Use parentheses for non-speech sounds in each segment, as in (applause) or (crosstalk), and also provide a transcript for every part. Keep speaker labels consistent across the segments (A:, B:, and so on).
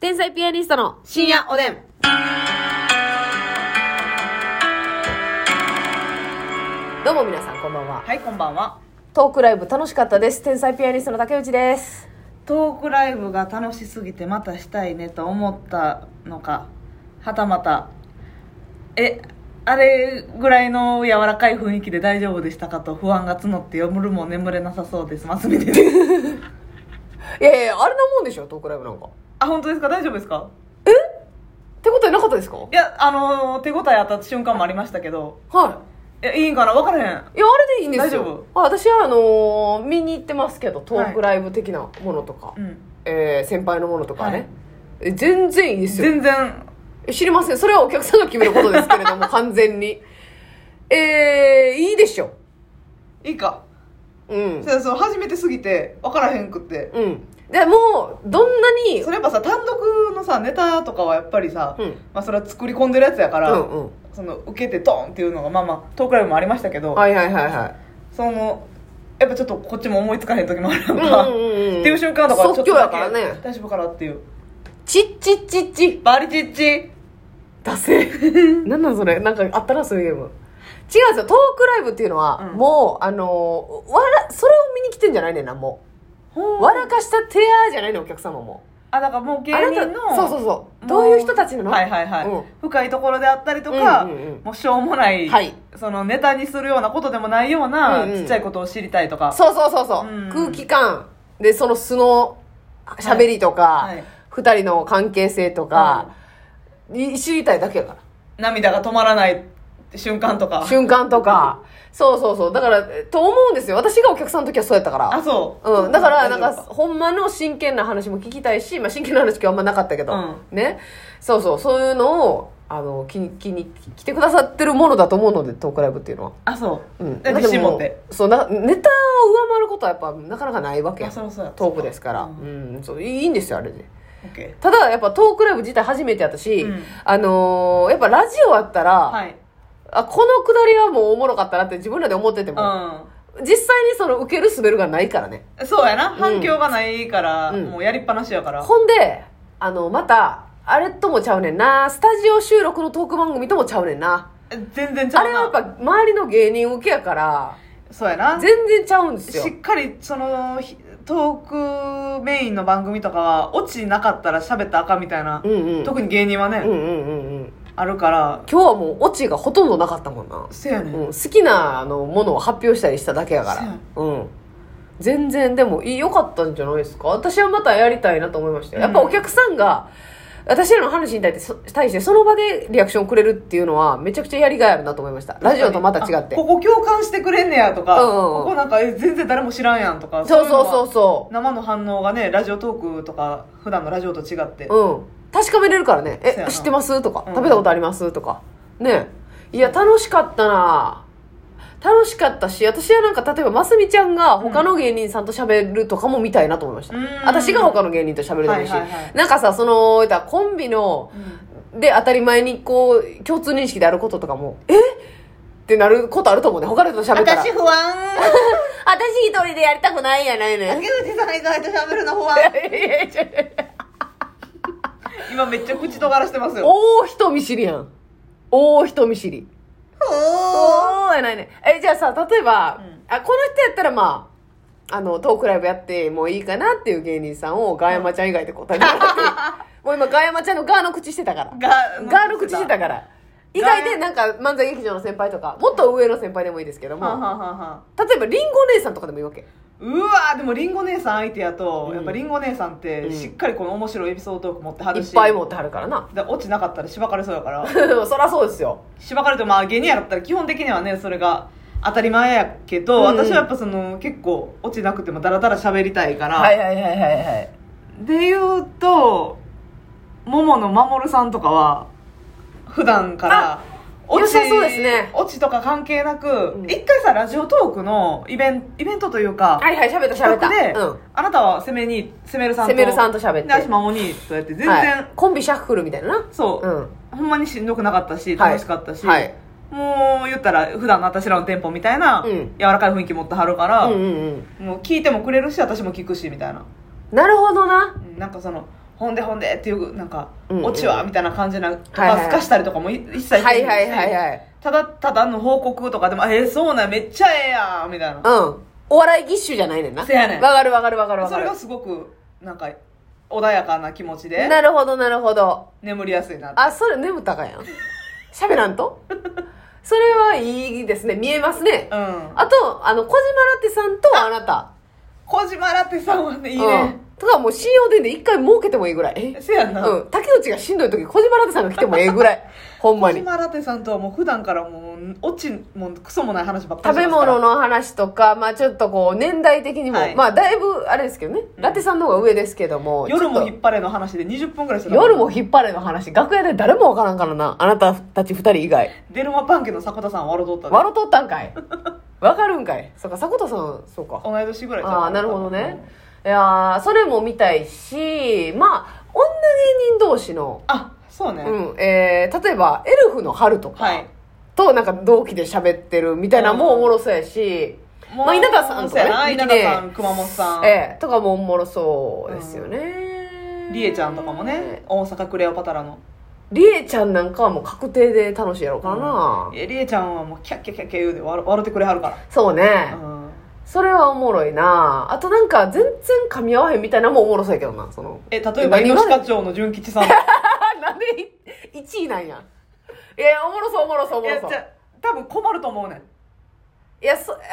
A: 天才ピアニストの
B: 深夜おでん。
A: どうも皆さんこんばんは
B: はい、こんばんは。
A: トークライブ楽しかったです天才ピアニストの竹内です
B: トークライブが楽しすぎてまたしたいねと思ったのか、はたまた、え、あれぐらいの柔らかい雰囲気で大丈夫でしたかと不安が募って夜も眠れなさそう (laughs) です。ますみです。
A: いやいやあれなもんでしょトークライブなんかっ
B: あ、本当ですか大丈夫ですか
A: てことはなかったですかはい
B: や、あのー手応えあった瞬間もありましたけど、いや、いいんかなわからへん。
A: いやあれでいいんですよ
B: 大丈
A: あ私はあのー見に行ってますけどトークライブ的なものとか、
B: うん。
A: えー先輩のものとかね、え全然いいですよ
B: 全然、
A: え知りませんそれはお客さんが決めることですけれ (laughs) ども完全にえー、いいでしょ
B: いいか。
A: うん
B: そうそう、初めてすぎて、わからへんくって。
A: うんでもうどんなに
B: それやっぱさ、単独のさ、ネタとかはやっぱりさ、
A: うん
B: まあそれは作り込んでるやつやから、
A: うんうん
B: その受けてドーンっていうのがまあまあトークライブもありましたけど、
A: はいはいはいはい
B: そのやっぱちょっとこっちも思いつかへん時もある
A: うん
B: のか、
A: うんうんうん
B: っていう瞬間とかちょっと
A: 即興やからね
B: だけ大丈夫かなっていう
A: チッチッチッチ
B: バリチッチ
A: ダセ (laughs) なんなんそれなんかあったなそういうゲーム違うんですよトークライブっていうのは、
B: うん
A: もうあのーわらそれを見に来てんじゃないねんなもう笑かした手やじゃないねんお客様も
B: あだからもう芸
A: あな
B: 人
A: た
B: の
A: そうそうそう
B: も
A: どういう人たちなの
B: はいはいはい、
A: うん
B: 深いところであったりとか、
A: うんうんうん
B: もうしょうもない、
A: はい
B: そのネタにするようなことでもないような、
A: うんうん
B: ちっちゃいことを知りたいとか
A: そうそうそうそう、
B: うん
A: 空気感でその素の喋りとか、
B: はい
A: 二人の関係性とか、い知りたいだけやから
B: 涙が止まらない瞬間とか
A: 瞬間と (laughs) か、そうそうそうだからえと思うんですよ私がお客さんの時はそうやったから
B: あそう、
A: うん、だからなん
B: 大
A: か
B: 丈夫
A: ほんまの真剣な話も聞きたいし、まあ、真剣な話今日あんまなかったけど、
B: う
A: ねそうそうそういうのをあの気に気に来てくださってるものだと思うのでトークライブっていうのは、、
B: あそううんえ
A: だけ
B: 自
A: ど
B: 信
A: も
B: 持って
A: うそうなネタを上回ることはやっぱなかなかないわけや
B: あそりゃそうや
A: トークですから
B: う
A: うん、そういいんですよあれで
B: オッケ
A: ただやっぱトークライブ自体初めてやったし、
B: うん
A: あのーやっぱラジオやったら、
B: ーはい
A: あこのくだりはもうおもろかったなって自分らで思ってても、実際にその受ける滑るがないからね
B: うんそうやな反響がないから、
A: うん
B: もうやりっぱなしやから、
A: ほんで、あの、また、あれともちゃうねんな。スタジオ収録のトーク番組ともちゃうねんな。
B: 全然ちゃ
A: あ
B: う
A: れは
B: な
A: やっぱ周りの芸人受けやから、
B: そうやな
A: 全然ちゃうんですよ
B: し。っかりそのひトークメインの番組とかは落ちなかったら喋ったらあかんみたいな、
A: うんうん。
B: 特に芸人はね、
A: うんうんうんうん。
B: あるから
A: 今日はもうオチがほとんどなかったもんな。
B: せや
A: う
B: ね
A: ん、
B: ん、
A: 好きなあのものを発表したりしただけやから。うん。全然でもいい良かったんじゃないですか私はまたやりたいなと思いましたよ。やっぱお客さんが、私らの話に対してそ対してその場でリアクションくれるっていうのはめちゃくちゃやりがいあるなと思いました。ラジオとまた違って
B: あ。ここ共感してくれんねやとか、
A: うんうんうん
B: ここなんかえ全然誰も知らんやんとか
A: そうそうそう
B: う
A: そ
B: 生の反応がねラジオトークとか普段のラジオと違って、
A: う。うん。確かめれるからね。
B: そう
A: え
B: や、な
A: 知ってますとか、
B: うん
A: 食べたことありますとか。ねいや、楽しかったな楽しかったし、私はなんか、例えば、ますみちゃんが他の芸人さんと喋るとかも見たいなと思いました。
B: うん
A: 私が他の芸人と喋るでもいいし、
B: はいはいはい
A: なんかさ、その、言ったらコンビの、で、当たり前にこう、共通認識であることとかも、えってなることあると思うね。他の人と喋ったら。
B: 不
A: (laughs)
B: 安
A: 私一人でやりたくないんや (laughs) ないのよ。
B: 竹内さん以外と喋るの不安今めっちゃ口尖らしてますよ
A: 大人見知りやん。大人見知り。おーやないね。え、じゃあさ、例えば、
B: うん
A: あ、この人やったらまあ、あの、トークライブやってもいいかなっていう芸人さんをガヤマちゃん以外で答えてもらって、 (laughs) もう今ガヤマちゃんのガーの口してたから。
B: が
A: ガーの口してたから。以外でなんか漫才劇場の先輩とか、もっと上の先輩でもいいですけど
B: はあ
A: も、
B: はあはあはあ
A: 例えばリンゴ姉さんとかでもいいわけ。
B: うわーでもりんご姉さん相手やと、やっぱりんご姉さんってしっかりこの面白いエピソードトーク持ってはいるし
A: っぱい持ってはるからな。 (laughs)
B: だから落ちなかったらしばかれそうやから
A: そらそうですよ。
B: しばかれてまあ芸人やったら基本的にはねそれが当たり前やけ
A: うん
B: ど、
A: うん
B: 私はやっぱその結構落ちなくてもダラダラ喋りたいから、
A: はいはいはいはい。
B: で言うと桃の守さんとかは普段から
A: 良さそうですね
B: 落ちとか関係なく
A: うん
B: 一、回さラジオトークのイベンイベントというか、
A: はいはい、喋った喋
B: 企
A: っ
B: 画で、
A: た。うん。
B: あなたは攻めに攻めるさんと
A: セメルさんと喋って。
B: で私守にとやって全然、
A: はいコンビシャッフルみたいなな
B: そう、
A: うん
B: ほんまにしんどくなかったし
A: はい
B: 楽しかったし、
A: はい
B: もう言ったら普段の私らのテンポみたいな、
A: うん
B: 柔らかい雰囲気持ってはるから、
A: うんうんうん
B: もう聞いてもくれるし私も聞くしみたいな
A: なるほどな
B: うんなんかそのほんでほんでっていうなんか、
A: うんうん
B: オチはみたいな感じなと
A: はい
B: か
A: はい
B: すかしたりとかもい一切
A: はいはいはい
B: い
A: はい
B: ただただの報告とかでもえー、そうなんめっちゃええやんみたいな
A: うんお笑いギッシュじゃないねんな
B: せやねん
A: わかるわかるわかるわ
B: そ
A: か
B: れ
A: る
B: がすごくなんか穏やかな気持ちで
A: なるほどなるほど
B: 眠りやすいなって
A: あそれ眠たかやん喋らん
B: (laughs)
A: とそれはいいですね見えますね
B: うん
A: あとあの小島ラテさんとあなた
B: 小島ラテさんはねいい
A: うん
B: ね、
A: とかもう信用でんで一回儲けてもいいぐらい
B: せやん
A: う
B: な、
A: ん竹内がしんどい時小島ラテさんが来てもええぐ
B: (laughs)
A: らいほんま
B: 小
A: に
B: 島ラテさんとはもう普段からもうオチもクソもない話ばっかり
A: 食べ
B: してますから
A: 物の話とか、まあちょっとこう、年代的にも、
B: はい
A: まあだいぶ、あれですけどね、ラテさんの方が上ですけども、
B: 夜も
A: ちょ
B: 引っ張れの話で20分ぐらいす
A: っ
B: る
A: と夜も引っ張れの話、楽屋で誰もわからんからな、あなたたち二人以外。
B: デルマパンケの迫田さん笑うとったで
A: 笑うとったんか
B: (laughs)
A: いわかるんかいそうか、迫田さん、そうか。
B: 同い年ぐらいちゃう
A: ああ、なるほどね。いやーそれも見たいし、まあ、女芸人同士の、
B: あそうね、
A: うん、えー、例えば、エルフの春とか、
B: はい
A: となんか同期で喋ってるみたいなのもおもろそうやし、
B: もう
A: まあ稲田さんとかね
B: そうやな
A: リキ
B: 稲
A: ね
B: 田さん熊本さん、
A: ええとかもおもろそうですよね、
B: リエちゃんとかもね大阪クレオパトラの
A: リエちゃんなんかはもう確定で楽しいやろうからな、
B: えリエちゃんはもうキャッキャッキャッキャ言うで笑笑ってくれはるか
A: そうね、
B: ら、うん、
A: それはおもろいなあとなんか全然噛み合わへんみたいなのもおもろそうやけどなその
B: え例えば
A: 何
B: 猪
A: が
B: 鹿町の純吉さんい
A: あなんで1位なんや (laughs) いやおもろそうおもろそうおもろ
B: や
A: そう
B: じゃ多分困ると思うねん
A: いやそ
B: 困る時
A: え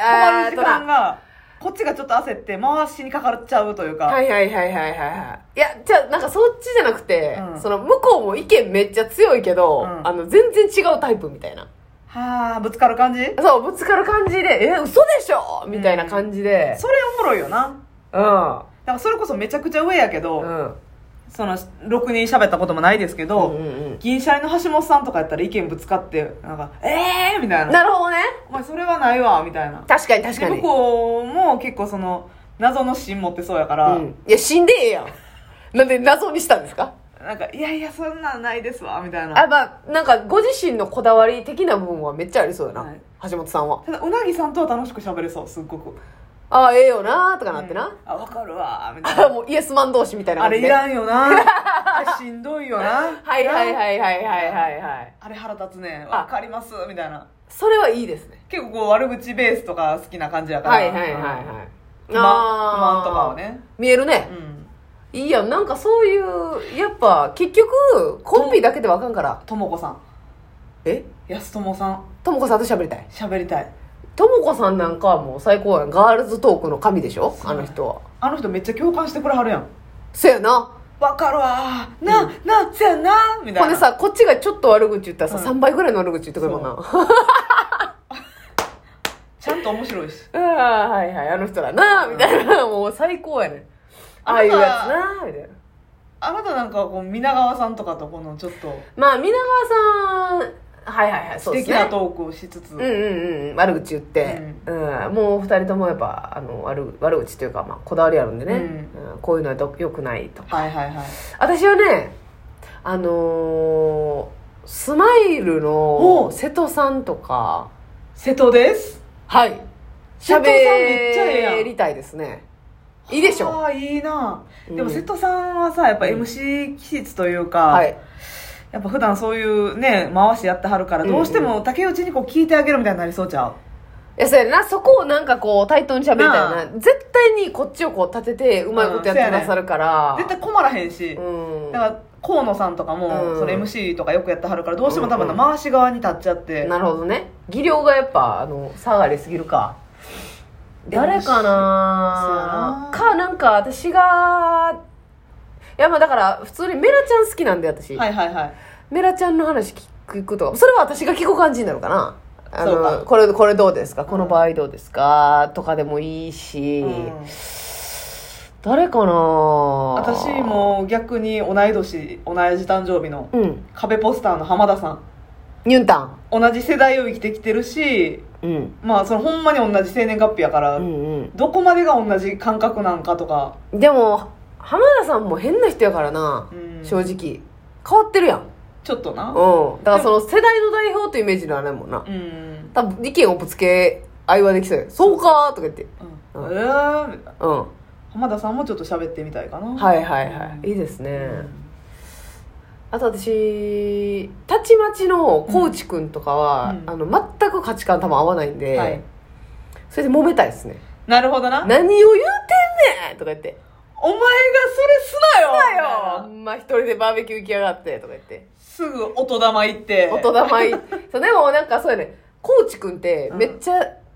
A: ーっとな
B: 間がこっちがちょっと焦って回しにかかっちゃうというか、
A: はいはいはいはいはいはいいやじゃあなんかそっちじゃなくて、
B: うん
A: その向こうも意見めっちゃ強いけど、
B: うん
A: あの全然違うタイプみたいな
B: はあぶつかる感じ
A: そうぶつかる感じでえ嘘でしょみたいな感じで
B: それおもろいよな
A: うん
B: だからそれこそめちゃくちゃ上やけど、
A: うん
B: その6人喋ったこともないですけど、
A: うんうん
B: 銀シャリの橋本さんとかやったら意見ぶつかってなんか「えー!」みたい
A: うん
B: な
A: なるほどね
B: 「お前それはないわ」みたいな
A: 確かに確
B: で
A: か
B: 向
A: に、
B: こうも結構その謎の芯持ってそうやから、
A: うん、いや死んでええやんなんで謎にしたんですか
B: なんか「いやいやそんなんないですわ」みたいな
A: あまあなんかご自身のこだわり的な部分はめっちゃありそうだな、
B: はい
A: 橋本さんは
B: ただうなぎさんとは楽しく喋れそうすっごく
A: ああええよなーとかなってな、
B: うんあ分かるわみたい
A: (laughs) あ
B: な
A: あもうイエスマン同士みたいな
B: あ
A: 感じ
B: れい
A: で
B: らん
A: (laughs)
B: よなあれしんどいよな
A: はいはい
B: い
A: はいはいはいはいはい
B: あれ腹立つねわかりますみたいな
A: それはいいですね
B: 結構こう悪口ベースとか好きな感じやから
A: はいはいはいはい
B: 不満不満とかはね
A: 見えるね、
B: うん
A: いいやんなんかそういうやっぱ結局コンビだけでわかんから
B: ともこさん
A: え
B: 安友さん
A: ともこさんと喋りたい
B: 喋りたい
A: ともこさんなんかはもう最高やんガールズトークの神でしょあの人は
B: あの人めっちゃ共感してくれはるやん
A: せやな
B: わかるわーな、なせやなみたいな
A: ほんでさこっちがちょっと悪口言ったらさ、
B: う
A: 3
B: ん
A: 倍ぐらいの悪口言ってくるもんな
B: ちゃんと面白いし
A: ああはいはい (laughs) あの人らなみたいなもう最高やねんああいうやつなみたいな
B: あなたなんかこう皆川さんとかとこのちょっと
A: まあ皆川さんはいはいはい
B: 素
A: そうです
B: 敵
A: ね
B: なトークをしつつ、
A: うんうんうん悪口言って、うんもう二人ともやっぱあの悪悪口というか、まあ、こだわりあるんでね、うんこういうのはどよくないと
B: はいはいはい
A: 私はねあのースマイルの
B: お
A: 瀬戸さんとか
B: 瀬戸です
A: はい
B: 瀬戸さんめっちゃええやん
A: 喋りたいですねいいでしょ
B: ああいいな、
A: うん
B: でも瀬戸さんはさやっぱ
A: うん
B: MC 気質というか、
A: はい
B: やっぱ普段そういうね回しやってはるからどうしても竹内にこう聞いてあげるみたいになりそうちゃう、
A: いやそうやなそこをなんかこう対等に喋りたい
B: な
A: な絶対にこっちをこう立ててうまいことやってくださるから、
B: 絶対困らへんし、
A: うん
B: だから河野さんとかも、
A: うん
B: その MC とかよくやってはるからどうしても多分な
A: うん
B: 回し側に立っちゃって、
A: なるほどね技量がやっぱあの差がありすぎるか誰かな
B: そう
A: かなんか私がいやまあだから普通にメラちゃん好きなんで私、
B: はいはいはい
A: メラちゃんの話聞く聞くとかそれは私が聞く感じになるかなあ
B: そう
A: の
B: か
A: これこれどうですかこの場合どうですか、とかでもいいし、
B: うん
A: 誰かな
B: 私も逆に同い年同じ誕生日の
A: うん
B: 壁ポスターの浜田さん
A: ニュンタン、
B: 同じ世代を生きてきてるし
A: うん、
B: まあそのほんまに同じ生年月日やから、
A: うん
B: どこまでが同じ感覚なんかとか、
A: うんでも浜田さんも変な人やからな、
B: うん
A: 正直変わってるやん
B: ちょっとな
A: うん、だからその世代の代表ってイメージのあれもんな
B: うん、
A: 多分意見をぶつけ合いはできそうやそうかーとか言って
B: うん
A: うん
B: えーみたいな
A: うん
B: 浜田さんもちょっと喋ってみたいかな
A: はいはいはいいいですねあと私たちまちのコーチくんとかは、
B: うん
A: あの全く価値観多分合わないんで、
B: はい
A: それで揉めたいですね
B: なるほどなお前が
A: 何を言うてんねんとか言って
B: それすなよ
A: ほんま一人でバーベキュー行きやがってとか言って
B: すぐ音玉行って
A: 大人前
B: (laughs)
A: そうでもなんかそうやねコーチくんってめっちゃ、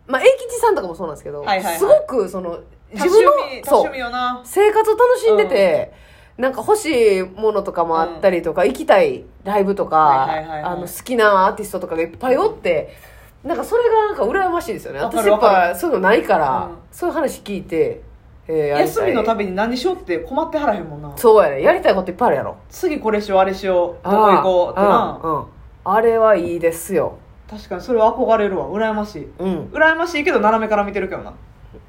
A: まあ英吉さんとかもそうなんですけど、
B: はいはいはい
A: すごくその
B: 多
A: 自分
B: 趣
A: の
B: 味多
A: そ
B: 趣
A: う
B: 味よな
A: 生活を楽しんでて、なんか欲しいものとかもあったりとか、行きたいライブとか、
B: はいはいはいはい
A: あの好きなアーティストとかがいっぱいおって、なんかそれがなんか羨ましいですよね
B: わか
A: 私
B: る
A: や
B: わ
A: っ
B: かる
A: ぱそういうのないから、
B: うん
A: そういう話聞いて、えーやりた
B: 休
A: い
B: みのために何しようって困ってはらへんもんな
A: そうやねやりたいこといっぱいあるやろ
B: 次これしようあれしようどこ行こうって
A: あ
B: な
A: ーうんうんあれはいいですよ
B: 確かにそれは憧れるわ羨ましい
A: うん (laughs)
B: 羨ましいけど斜めから見てるけどな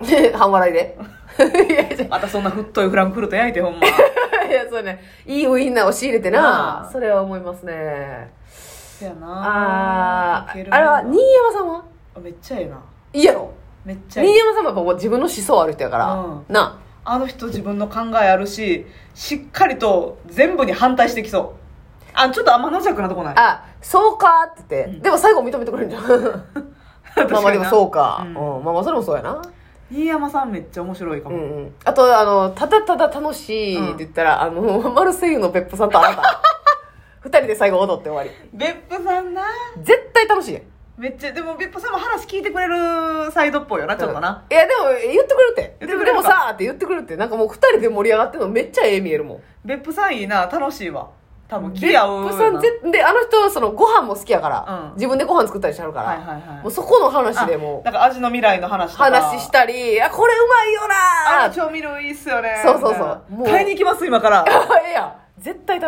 A: で半笑いで
B: (laughs)
A: いやい
B: またそんな太いフランクフルト焼いて
A: (laughs)
B: ほんま
A: やいやそうねいいウインナーを仕入れて
B: あ
A: な
B: ー
A: それは思いますね
B: せやな
A: ああーあれは新山さんは
B: あめっちゃええない
A: いやろ
B: めっちゃえ
A: 新
B: え
A: 山さんもやっぱもう自分の思想ある人やから、
B: うん
A: な
B: あの人自分の考えあるししっかりと全部に反対してきそうあちょっと天の弱なとこない
A: ああそうかって言って、でも最後認めてくれる
B: (laughs)
A: んじゃんまあまあでもそうか、
B: う
A: うんんまあまあそれもそうやな
B: 新山さんめっちゃ面白いか
A: う
B: も、
A: んうんあとあのただただ楽しいって言ったら、あのマルセイユの別府さんとあな
B: (laughs)
A: た二人で最後踊って終わり
B: 別府さんな
A: 絶対楽しいね
B: めっちゃでも別府さんも話聞いてくれるサイドっぽいよなちょっとな、
A: いやでも言ってくれるって
B: 言っ
A: で
B: てく
A: も
B: れ
A: で
B: るか
A: もさーって言ってくれるってなんかもう二人で盛り上がってるのめっちゃええ見えるもん
B: 別府さんいいな楽しいわ多分気合うよな
A: 別府さんぜであの人そのご飯も好きやから、
B: うん
A: 自分でご飯作ったりしてはるから、
B: はいはいはい
A: もうそこの話でもう
B: なんか味の未来の話とか
A: 話したり、あ、これうまいよ
B: あ
A: な
B: 調味料いいっすよね
A: そうそうそう
B: みたいな
A: もう
B: 買いに行きます今から
A: ーええやん絶対楽しい